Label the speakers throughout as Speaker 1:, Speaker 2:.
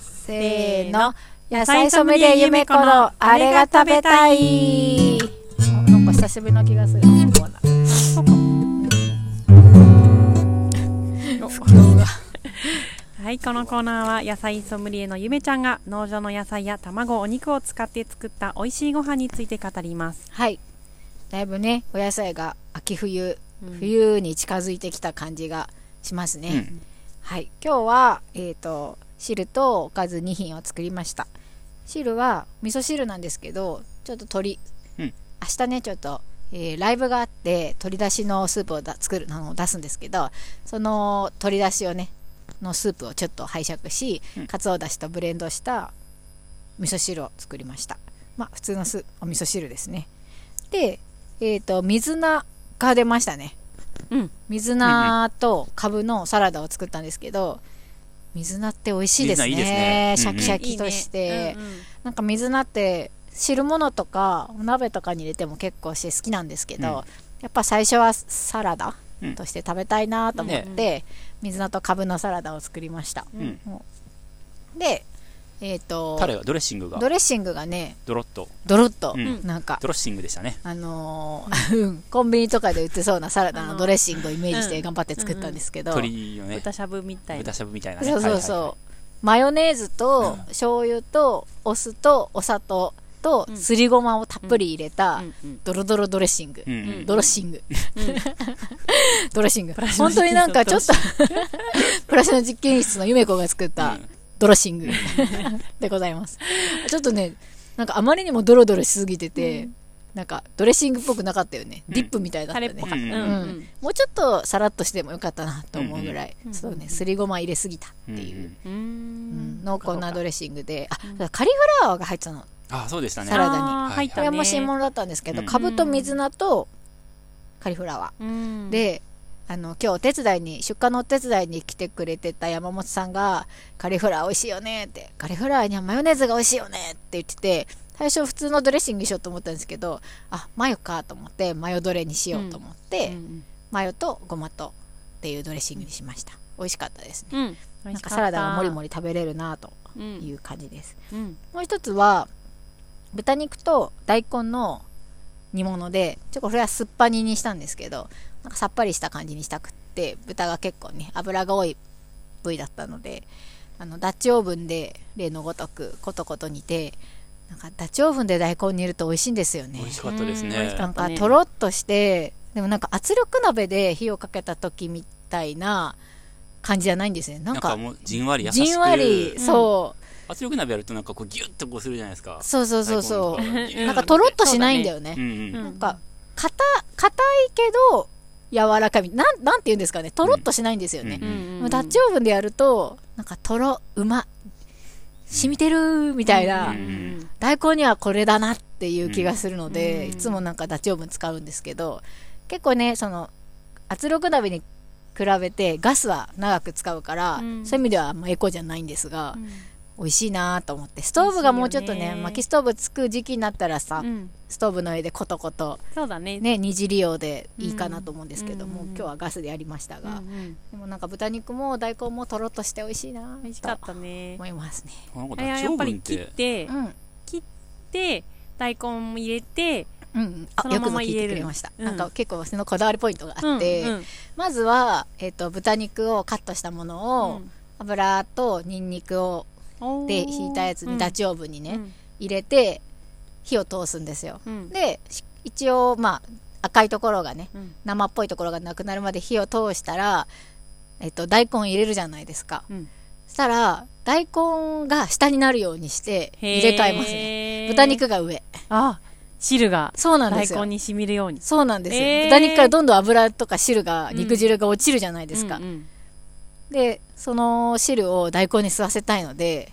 Speaker 1: せーの野菜ソムリエゆめこのあれが食べたいなんか久しぶりな気がするそうだ お袋が
Speaker 2: はい、このコーナーは野菜ソムリエのゆめちゃんが農場の野菜や卵、お肉を使って作った美味しいご飯について語ります。
Speaker 1: はいだいぶねお野菜が秋冬冬に近づいてきた感じがしますね、
Speaker 3: うん
Speaker 1: はい今日はえっ、と汁とおかず2品を作りました汁は味噌汁なんですけどちょっと鶏、
Speaker 3: うん
Speaker 1: 明日ねちょっと、えーライブがあって鶏だしのスープをだ作るあの出すんですけどその鶏だしをねのスープをちょっと拝借し、
Speaker 3: うん
Speaker 1: かつおだしとブレンドした味噌汁を作りましたまあ普通のスお味噌汁ですねでえっ、と水菜が出ましたね
Speaker 2: うん、
Speaker 1: 水菜とカブのサラダを作ったんですけど水菜って美味しいですね
Speaker 3: 水菜いいですね
Speaker 1: シャキシャ
Speaker 2: い
Speaker 1: キ
Speaker 2: い
Speaker 1: と
Speaker 2: ね
Speaker 1: して、
Speaker 2: うんうん
Speaker 1: なんか水菜って汁物とかお鍋とかに入れても結構して好きなんですけど、
Speaker 3: うん
Speaker 1: やっぱ最初はサラダ
Speaker 3: うん
Speaker 1: として食べたいなと思って、水菜とカブのサラダを作りました
Speaker 3: うんうん
Speaker 1: でえっ、と
Speaker 3: タレはドレッシングが
Speaker 1: ドレッシングがね
Speaker 3: ドロッと
Speaker 1: ドロッと、
Speaker 3: うん
Speaker 1: なんか
Speaker 3: ドレッシングでしたね
Speaker 1: あのーうん コンビニとかで売ってそうなサラダのドレッシングをイメージして頑張って作ったんですけど、
Speaker 3: 鶏のね
Speaker 2: 豚しゃぶみたいな
Speaker 3: 豚。しゃぶみたいなね
Speaker 1: そうそうそう、マヨネーズと醤油とお酢とお砂糖と
Speaker 2: うん
Speaker 1: すりごまをたっぷり入れた
Speaker 2: うんうん
Speaker 1: ドロドロドレッシング、
Speaker 3: はいはいはいうんうん
Speaker 1: ドロッシング、
Speaker 2: ん
Speaker 1: ドレッシング
Speaker 2: プラチナ
Speaker 1: 本当になんかちょっと
Speaker 2: 実
Speaker 1: プラチナ実験室のゆめ子が作った
Speaker 3: うん
Speaker 1: ドロッシングでございますちょっとねなんかあまりにもドロドロしすぎてて、なんかドレッシングっぽくなかったよね、
Speaker 3: ん
Speaker 1: ディップみたいだっ
Speaker 2: タ
Speaker 1: た
Speaker 2: レ
Speaker 1: ね
Speaker 2: っぽかった。
Speaker 3: うん
Speaker 2: う
Speaker 1: うん
Speaker 2: ん
Speaker 1: もうちょっとさらっとしてもよかったなと思うぐらい、
Speaker 2: うんうん
Speaker 1: そうねすりごま入れすぎたって
Speaker 3: うんう
Speaker 1: いう、
Speaker 3: ん
Speaker 2: うん
Speaker 1: 濃厚なド
Speaker 2: レ
Speaker 1: レッシングであカリフラワーが入ってたの
Speaker 3: あそうでしたね
Speaker 1: サラダに
Speaker 2: 入っ
Speaker 1: こ
Speaker 2: た
Speaker 1: れ
Speaker 2: ね。
Speaker 1: も新物だったんですけど、
Speaker 3: うん
Speaker 1: かぶと水菜とカリフラワ
Speaker 2: うん
Speaker 1: ー、、であの今日お手伝いに出荷のお手伝いに来てくれてた山本さんが「カリフラワー美味しいよね」って「カリフラワーにはマヨネーズが美味しいよね」って言ってて最初普通のドレッシングにしようと思ったんですけどあマヨかと思ってマヨドレにしようと思って、
Speaker 2: うん
Speaker 1: マヨとごまとっていうドレッシングにしました美味しかったですね
Speaker 2: うん。な
Speaker 1: なんかサラダがもりも
Speaker 2: り。
Speaker 1: り食べれるなと
Speaker 2: うん
Speaker 1: いう感じです
Speaker 2: うん。
Speaker 1: もう一つは豚肉と大根の煮物でちょっとこれはすっぱ煮にしたんですけどなんかさっぱりした感じにしたくって豚が結構ね脂が多い部位だったのであのダッチオーブンで例のごとくコトコト煮てなんかダッチオーブンで大根煮ると美味しいんですよね
Speaker 3: 美味しかったです
Speaker 2: うん美味
Speaker 3: ね
Speaker 2: し
Speaker 1: な
Speaker 2: か
Speaker 1: ん
Speaker 2: っ
Speaker 1: か
Speaker 2: たね
Speaker 1: とろっとしてでもなんか圧力鍋で火をかけた時みたいな感じじゃないんですねな
Speaker 3: なんん
Speaker 1: か
Speaker 3: かもうじんわり優しく
Speaker 1: じんわり
Speaker 2: ん
Speaker 1: そう
Speaker 3: 圧力鍋やるとなんかこうギュッとこうするじゃないですか
Speaker 1: そうそうそうそう
Speaker 3: う
Speaker 1: なんかとろっとしないんだよね
Speaker 3: う。んう
Speaker 2: うんん
Speaker 1: なんか、硬、硬いけど、柔らかい。なん、なんて言うんですかね。とろっとしないんですよね。
Speaker 3: うん
Speaker 1: でもダッチオーブンでやると、なんか、とろ、うま、染みてる、みたいな、
Speaker 3: うん
Speaker 1: 大根にはこれだなっていう気がするので、
Speaker 2: うん
Speaker 1: いつもなんかダッチオーブン使うんですけど、結構ね、その、圧力鍋に比べてガスは長く使うから、
Speaker 2: うん
Speaker 1: そういう意味ではあんまエコじゃないんですが、
Speaker 2: うん
Speaker 1: 美味しいなと思ってストーブがもうちょっと
Speaker 2: 美味しい
Speaker 1: ね
Speaker 2: よね
Speaker 1: 薪ストーブつく時期になったらさ、
Speaker 2: うん。
Speaker 1: ストーブの上でコトコト
Speaker 2: そうだね。
Speaker 1: ね、二次利用でいいかなと思うんですけど、
Speaker 2: うん
Speaker 1: もう今日はガスでやりました
Speaker 2: うん
Speaker 1: が、
Speaker 2: うん。
Speaker 1: でもなんか豚肉も大根もとろっとして美味しいな
Speaker 2: 美味しか
Speaker 1: と
Speaker 2: ったね。
Speaker 1: 思いますね。
Speaker 3: なんか
Speaker 2: あ
Speaker 3: ダ
Speaker 2: れは
Speaker 3: ッチ
Speaker 2: や
Speaker 3: オ
Speaker 2: っ
Speaker 3: ー
Speaker 2: ぱ
Speaker 3: ブン
Speaker 2: り
Speaker 3: っ
Speaker 2: 切ってて
Speaker 1: う、ん、
Speaker 2: 切って、大根も入れて、
Speaker 1: うん、あ
Speaker 2: その
Speaker 1: よ
Speaker 2: ま
Speaker 1: くぞ
Speaker 2: ま
Speaker 1: 聞い
Speaker 2: 入
Speaker 1: て
Speaker 2: れる
Speaker 1: くれました。
Speaker 2: うん
Speaker 1: なんか結構そのこだわりポイントがあって、
Speaker 2: うんうん
Speaker 1: まずはえっ、と豚肉をカットしたものを、油とニンニクを
Speaker 2: うん
Speaker 1: で引いたやつにダッチオーブンにね、
Speaker 2: うん
Speaker 1: 入れて火を通すんですよ。
Speaker 2: うん
Speaker 1: でし一応まあ赤いところがね
Speaker 2: うん
Speaker 1: 生っぽいところがなくなるまで火を通したら、えっと、大根入れるじゃないですか
Speaker 2: うん
Speaker 1: そしたら大根が下になるようにして入れ替えますね
Speaker 2: へー
Speaker 1: 豚肉が上
Speaker 2: あ汁が
Speaker 1: そうなんで
Speaker 2: 大
Speaker 1: すよ
Speaker 2: 根に染みるように
Speaker 1: そうなんですよ、
Speaker 2: へー
Speaker 1: 豚肉からどんどん油とか汁が
Speaker 2: うん
Speaker 1: 肉汁が落ちるじゃないですか、
Speaker 2: うんうん
Speaker 1: でその汁を大根に吸わせたいので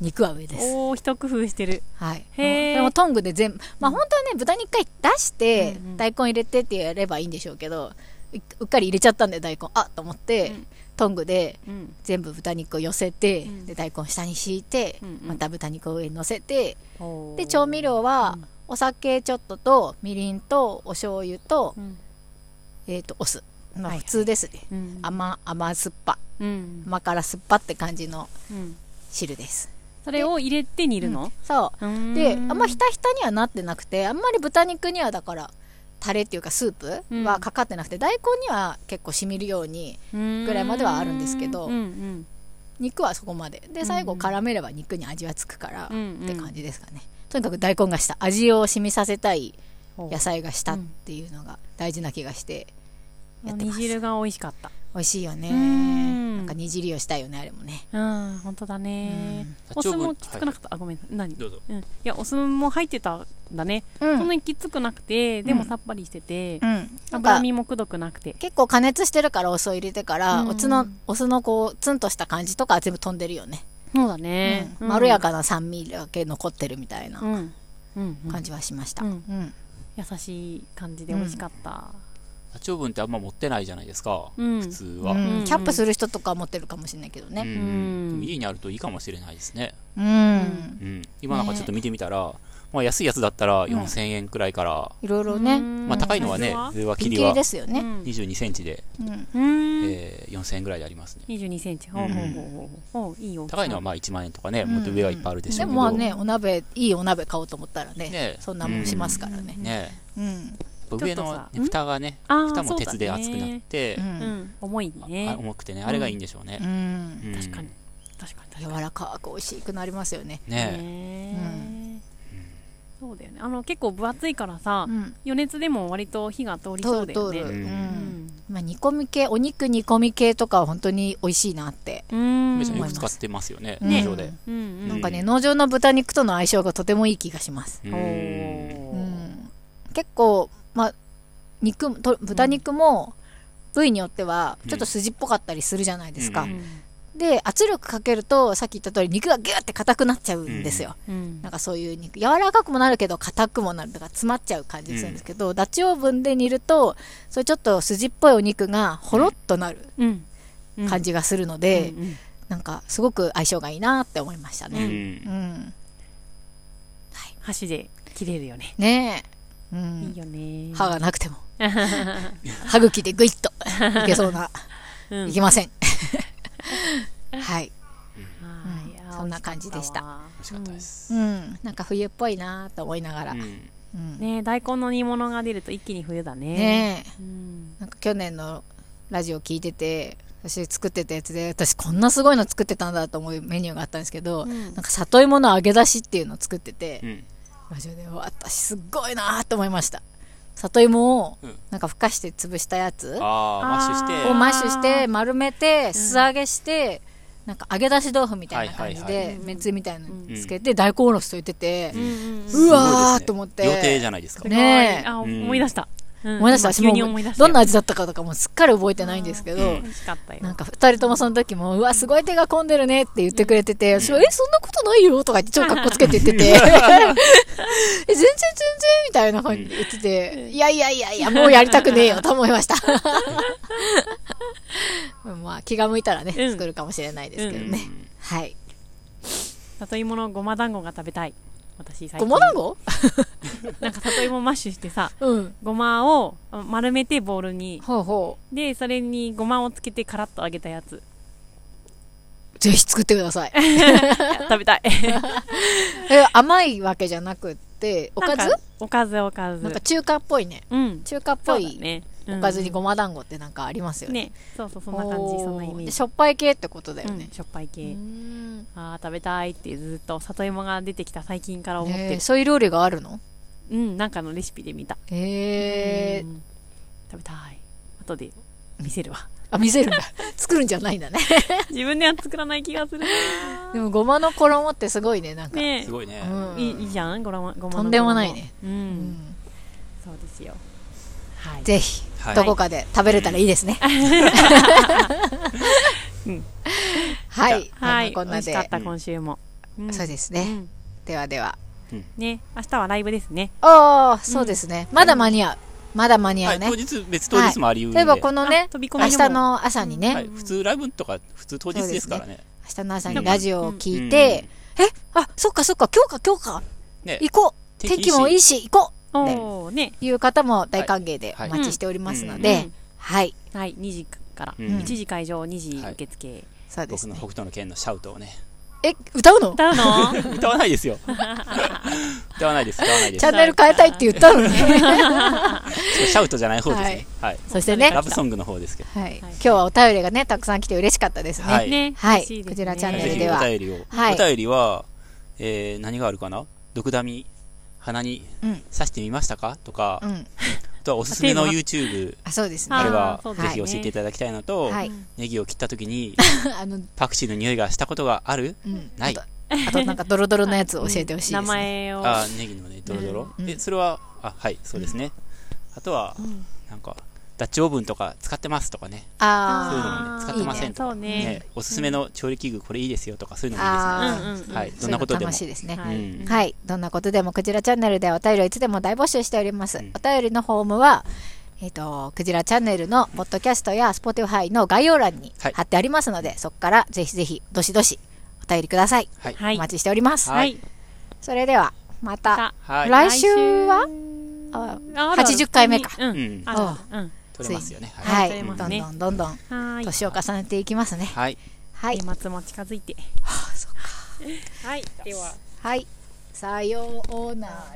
Speaker 1: 肉は上です
Speaker 2: おお一工夫してる
Speaker 1: はい
Speaker 2: へー
Speaker 1: でもトングで全部まあ本当はね豚肉一回出して
Speaker 2: うんうん
Speaker 1: 大根入れてってやればいいんでしょうけどううっかり入れちゃったんで大根あっと思って、
Speaker 2: うん
Speaker 1: トングで
Speaker 2: うん
Speaker 1: 全部豚肉を寄せて、
Speaker 2: うん
Speaker 1: で大根を下に敷いて、
Speaker 2: うんうん
Speaker 1: また豚肉を上に乗せて
Speaker 2: おー
Speaker 1: で調味料は
Speaker 2: うん
Speaker 1: お酒ちょっととみりんとお醤油と,、
Speaker 2: うん
Speaker 1: えー、とお酢、まあ、
Speaker 2: はいはい
Speaker 1: 普通ですね、
Speaker 2: うん
Speaker 1: 甘甘酸っぱ
Speaker 2: うん
Speaker 1: 甘辛酸っぱって感じの
Speaker 2: うん
Speaker 1: 汁です
Speaker 2: それを入れて煮るの、
Speaker 1: そう
Speaker 2: ー
Speaker 1: うんであんまひたひたにはなってなくてあんまり豚肉にはだからタレっていうかスープ
Speaker 2: うん
Speaker 1: はかかってなくて、大根には結構しみるようにぐらいまではあるんですけど
Speaker 2: うんうん
Speaker 1: 肉はそこまでで最後
Speaker 2: うん
Speaker 1: 絡めれば肉に味はつくから
Speaker 2: うんうん
Speaker 1: って感じですかね、とにかく大根がした味を染みさせたい
Speaker 2: ほう
Speaker 1: 野菜がしたっていうのが大事な気がしてやって
Speaker 2: 煮
Speaker 1: ます、
Speaker 2: 汁が美味しかった
Speaker 1: 美味しいよね
Speaker 2: うん
Speaker 1: なんか煮汁をしたいよねあれもね
Speaker 2: うん本当だね
Speaker 3: うん
Speaker 2: お酢もきつくなかった、あごめん何
Speaker 3: どうぞ
Speaker 2: うん、いやお酢も入ってたんだね、
Speaker 1: うん
Speaker 2: そんなにきつくなくてでもさっぱりしてて、
Speaker 1: うんなん
Speaker 2: 脂
Speaker 1: か
Speaker 2: 身もくどくなくて
Speaker 1: 結構加熱してるからお酢を入れてから、
Speaker 2: うん
Speaker 1: お酢のお酢のこうツンとした感じとかは全部飛んでるよね
Speaker 2: そうだね、
Speaker 1: うんまろや
Speaker 2: か
Speaker 1: かな酸味だけ残ってるみたいな
Speaker 2: うん、うんうん
Speaker 1: 感じはしました、
Speaker 2: う
Speaker 1: うんん
Speaker 2: 優しい感じで美味しかった、
Speaker 3: ダチョウブンってあんま持ってないじゃないですか、
Speaker 2: うん
Speaker 3: 普通は、
Speaker 1: う
Speaker 3: うん
Speaker 1: ん
Speaker 2: うん
Speaker 1: キャップする人とか持ってるかもしれないけどね
Speaker 2: う
Speaker 3: で
Speaker 2: ん
Speaker 3: も家にあるといいかもしれないですね、
Speaker 1: うん、
Speaker 3: うん、今なんかちょっと見てみたら、まあ、安いやつだったら
Speaker 1: ん
Speaker 3: 4000円くらいから、
Speaker 1: いろいろね
Speaker 3: まあ、高いのはね
Speaker 2: う
Speaker 3: 上は切
Speaker 1: ピン
Speaker 3: り
Speaker 1: キリ
Speaker 3: は
Speaker 1: ですよね、
Speaker 2: ん
Speaker 3: 22センチで、
Speaker 1: うん
Speaker 2: うん
Speaker 3: えー4000円くらいでありますね
Speaker 2: 二十二センチほうほうほうほうほういいよ
Speaker 3: 高いのはまあ1万円とかね、もっと
Speaker 1: うん
Speaker 3: 上はいっぱいあるでしょ
Speaker 1: で
Speaker 3: うけど、
Speaker 1: もまあねお鍋いいお鍋買おうと思ったらね
Speaker 3: ね
Speaker 1: そんなもんしますからね、
Speaker 3: ねやっ
Speaker 1: うん
Speaker 3: ぱ上
Speaker 2: ちょっと
Speaker 3: の
Speaker 2: さ、
Speaker 3: ね、蓋がね
Speaker 2: あー
Speaker 3: 蓋も鉄で熱くなっ
Speaker 1: うん
Speaker 3: て、
Speaker 2: そうだねうん重い
Speaker 3: あ
Speaker 2: ね
Speaker 3: 重くてねあれがいいんでしょうね、
Speaker 1: うん
Speaker 3: うん
Speaker 2: 確かに確かに確か
Speaker 1: 柔らかく美味しくなりますよね
Speaker 2: に
Speaker 3: ね
Speaker 2: ねそうだよねあの結構分厚いからさ、
Speaker 1: うん
Speaker 2: 余熱でも割と火が通りそうだよ
Speaker 1: 通
Speaker 2: ね
Speaker 1: る通る、う
Speaker 3: う
Speaker 1: んんまあ、煮込み系お肉煮込み系とかは本当に美味しいなって、
Speaker 2: うん
Speaker 3: 梅ちゃんよ
Speaker 1: 思い
Speaker 3: く
Speaker 1: ます
Speaker 3: 使ってますよね
Speaker 1: ね
Speaker 3: 農場で、
Speaker 2: うんうん
Speaker 1: なんか
Speaker 3: う
Speaker 1: ね
Speaker 3: ん
Speaker 1: 農場の豚肉との相性がとてもいい気がします
Speaker 3: う
Speaker 2: お
Speaker 3: ん
Speaker 1: う
Speaker 2: ー
Speaker 1: ん、結構、まあ、肉もと豚肉も部位によっては
Speaker 3: うん
Speaker 1: ちょっと筋っぽかったりするじゃないですか、
Speaker 3: う
Speaker 1: で圧力かけるとさっき言った通り肉がギューって硬くなっちゃうんですよ、
Speaker 2: うん
Speaker 1: なんかそういう肉柔らかくもなるけど硬くもなるとか詰まっちゃう感じするんですけど、ダチオーブンで煮るとそういうちょっと筋っぽいお肉がほろっとなる
Speaker 2: うんうん
Speaker 1: 感じがするので、
Speaker 2: うんうん
Speaker 1: なんかすごく相性がいいなって思いました
Speaker 3: う
Speaker 1: ね、
Speaker 3: ん
Speaker 1: うん
Speaker 2: 箸で切れるよね
Speaker 1: ねえ、うん、
Speaker 2: いいよね
Speaker 1: 歯がなく ても歯茎でグイッといけそうな、
Speaker 2: うん
Speaker 1: いけませんはい、
Speaker 2: はいあー
Speaker 1: そんな感じでした
Speaker 2: 美
Speaker 3: 美
Speaker 2: 味
Speaker 3: 味
Speaker 2: し
Speaker 3: し
Speaker 2: か
Speaker 3: か
Speaker 2: っ
Speaker 3: ったた
Speaker 2: わ
Speaker 3: です、
Speaker 1: うん、なんか冬っぽいなと思いながら、
Speaker 3: う
Speaker 1: うん
Speaker 3: ん
Speaker 2: うんね大根の煮物が出ると一気に冬だね
Speaker 1: ねえ
Speaker 2: うん
Speaker 1: なんか去年のラジオ聞いてて私作ってたやつで私こんなすごいの作ってたんだと思うメニューがあったんですけど、
Speaker 2: うん
Speaker 1: なんか里芋の揚げ出しっていうのを作ってて、
Speaker 3: うん
Speaker 1: ラジオでうわ私すっごいなと思いました里芋を
Speaker 3: うん
Speaker 1: なんかふかして潰したやつ、
Speaker 3: ああマッシュし
Speaker 1: を
Speaker 2: あー
Speaker 3: て
Speaker 1: マッシュして丸めて素揚げして、なんか揚げ出し豆腐みたいな感じ
Speaker 3: はいはい
Speaker 2: はい
Speaker 1: でめんつゆみたいなのつけて大根おろしといてて、
Speaker 2: うん
Speaker 1: うわーと思って
Speaker 3: 予定じゃないですか
Speaker 1: ねえ
Speaker 2: あ
Speaker 3: うん
Speaker 2: 思い出したうん
Speaker 1: 思い出した私
Speaker 2: 今
Speaker 1: も
Speaker 2: 急に思い出した
Speaker 1: どんな味だったかとかもすっかり覚えてないんですけど、
Speaker 3: う
Speaker 2: 美味しかったよ
Speaker 1: なんか2人ともその時も「うわすごい手が込んでるね」って言ってくれてて「私はえそんなことないよ」とか言って超かっこつけて言ってて「 え全然全然」みたいな感じで言ってて「いやいやいやいやもうやりたくねえよ」と思いました まあ気が向いたらね
Speaker 2: うん
Speaker 1: 作るかもしれないですけどね、
Speaker 3: うん
Speaker 1: はい
Speaker 2: 里芋のごま団子が食べたい私最近
Speaker 1: ごま団子
Speaker 2: なんか里芋マッシュしてさ
Speaker 1: うん
Speaker 2: ごまを丸めてボウルに
Speaker 1: ほうほ
Speaker 2: でそれにごまをつけてカラッと揚げたやつ
Speaker 1: うぜひ作ってください
Speaker 2: いや食べたい
Speaker 1: え甘いわけじゃなく っておかず
Speaker 2: なんおかずおかず
Speaker 1: なんか中華っぽいね
Speaker 2: うん
Speaker 1: 中華っ
Speaker 2: そ
Speaker 1: ぽ
Speaker 2: うだ
Speaker 1: い
Speaker 2: ね
Speaker 1: おかずに
Speaker 2: ご
Speaker 1: ごま団子ってなんかありますよね
Speaker 2: ねそうそうそんな感じ
Speaker 1: おー
Speaker 2: そんなイメー
Speaker 1: で
Speaker 2: ジ
Speaker 1: しょっぱい系ってことだよ
Speaker 2: う
Speaker 1: ね
Speaker 2: ん、しょっぱいう系
Speaker 1: ん
Speaker 2: あー食べたいってずっと里芋が出てきた最近から思ってる、
Speaker 1: えーそういう料理があるの
Speaker 2: うんなんかのレシピで見た
Speaker 1: へえ
Speaker 2: うん食べたい後で見せるわ
Speaker 1: あ見せるんだ 作るんじゃないんだね
Speaker 2: 自分では作らない気がするな
Speaker 1: でもごまの衣ってすごいねなんか、
Speaker 2: ね
Speaker 3: すごいね、
Speaker 1: うん
Speaker 2: いいいいじゃんごまごまの衣
Speaker 1: とんでもないね
Speaker 2: うん、
Speaker 1: うん
Speaker 2: そうですよはい
Speaker 1: ぜひ
Speaker 3: はい
Speaker 1: どこかで食べれたらいいですね
Speaker 2: うん
Speaker 1: はい
Speaker 2: はい
Speaker 1: こん
Speaker 2: 美
Speaker 1: な
Speaker 2: 味
Speaker 1: こ
Speaker 2: し
Speaker 1: ん
Speaker 2: か
Speaker 1: なで
Speaker 2: った今週も、うん
Speaker 1: そうです
Speaker 2: う
Speaker 1: ね
Speaker 2: ん
Speaker 1: ではでは
Speaker 2: ね明日はライブですね
Speaker 1: おおそうですねまだ間に合うまだ間に合
Speaker 3: は
Speaker 1: う
Speaker 3: い、
Speaker 1: ね
Speaker 3: 当日別当日もありうるん
Speaker 1: 例
Speaker 3: で、
Speaker 1: えばこのね
Speaker 2: あ飛び込
Speaker 1: 明
Speaker 2: みでも
Speaker 1: 日の朝に
Speaker 3: は
Speaker 1: ね
Speaker 3: い、普通ライブとか普通当日ですからね
Speaker 1: 明日の朝にラジオを聞いてえあそっかそっか今日か今日か
Speaker 3: ね
Speaker 1: 行こう
Speaker 3: 天
Speaker 1: 天
Speaker 3: 気いいし
Speaker 1: 気もいいし行こ
Speaker 2: おおね
Speaker 1: ういう方も大歓迎で
Speaker 3: は
Speaker 1: お
Speaker 3: い
Speaker 1: 待ちしておりますの
Speaker 2: う
Speaker 1: で
Speaker 2: ん
Speaker 1: はい
Speaker 2: はい2時から、
Speaker 3: うん
Speaker 2: 1時会場2時受付、
Speaker 1: そうで
Speaker 3: 僕
Speaker 1: す
Speaker 3: の
Speaker 1: ね
Speaker 3: 北斗の拳のシャウトをね
Speaker 1: え、歌うの
Speaker 2: 歌うの
Speaker 3: 歌わないで すよ。歌わないです、歌わないで
Speaker 1: チ
Speaker 3: す。
Speaker 1: ャンネル変えたいって言った のに。
Speaker 3: シャウトじゃない方ですね。はい。
Speaker 1: そしてね、
Speaker 3: ラブソングの方ですけど。
Speaker 1: はい、今日はお便りがね、たくさん来て嬉しかったですね。
Speaker 3: はい
Speaker 2: ね、
Speaker 1: はい
Speaker 2: 嬉しですね
Speaker 1: こちらチャンネ
Speaker 3: ぜ
Speaker 1: ル
Speaker 3: ひ
Speaker 1: では
Speaker 3: お便りを。
Speaker 1: はい
Speaker 3: お便りは、えー何があるかな毒ダミ、鼻に
Speaker 1: うん
Speaker 3: 刺してみましたかとか
Speaker 1: う、ん。
Speaker 3: あとはおすすめの YouTube、
Speaker 1: あ、そうですね。
Speaker 3: あ
Speaker 1: は
Speaker 3: れ
Speaker 1: い
Speaker 3: ば
Speaker 2: あーそう
Speaker 1: ですね
Speaker 3: ぜひ教えていただきたいのと、
Speaker 1: はい。
Speaker 3: ネギを切った 時に
Speaker 1: あの、
Speaker 3: パクチーの匂いがしたことがある
Speaker 1: うん。
Speaker 3: ない
Speaker 1: あと、あとなんかドロドロのやつ教えてほしいです、ね。
Speaker 2: 名前を
Speaker 3: あーネギのねドロドロ、
Speaker 1: うん
Speaker 3: えそれはあはいそうですね、あとは、
Speaker 2: ん
Speaker 3: なんかダッチオーブンとか使ってますとかねそういうの
Speaker 1: あ
Speaker 3: もね使ってませんとか
Speaker 2: いいね
Speaker 3: ね
Speaker 2: そうね
Speaker 3: おすすめの調理器具これいいですよとかそういうのもいいですね
Speaker 1: あー
Speaker 2: うんうんうん
Speaker 3: はい
Speaker 1: ー、
Speaker 3: どんなことでも
Speaker 1: そういうの楽しいですね。
Speaker 2: はい
Speaker 3: うん
Speaker 1: はい。どんなことでも、クジラチャンネルではお便りをいつでも大募集しております。
Speaker 3: うん
Speaker 1: お便りのフォームは、えっ、と、クジラチャンネルのポッドキャストや Spotify の概要欄に
Speaker 3: はい
Speaker 1: 貼ってありますので、そこからぜひぜひ、どしどしお便りください。
Speaker 3: はい
Speaker 2: はい
Speaker 1: お待ちしております。
Speaker 3: は
Speaker 2: はいい
Speaker 1: それでは、また、
Speaker 3: はい、
Speaker 1: 来週はあ
Speaker 2: あら
Speaker 1: 80回目か
Speaker 2: う
Speaker 3: うんん
Speaker 2: あらうん
Speaker 3: 取れますよね
Speaker 1: はい、
Speaker 2: 取れ
Speaker 1: どん
Speaker 2: ますね
Speaker 1: どんどんどん
Speaker 2: はーい
Speaker 1: 年を重ねていきますね。
Speaker 3: はい
Speaker 1: はい、
Speaker 2: 年末も近づいて はいでは
Speaker 1: はい、さようなら。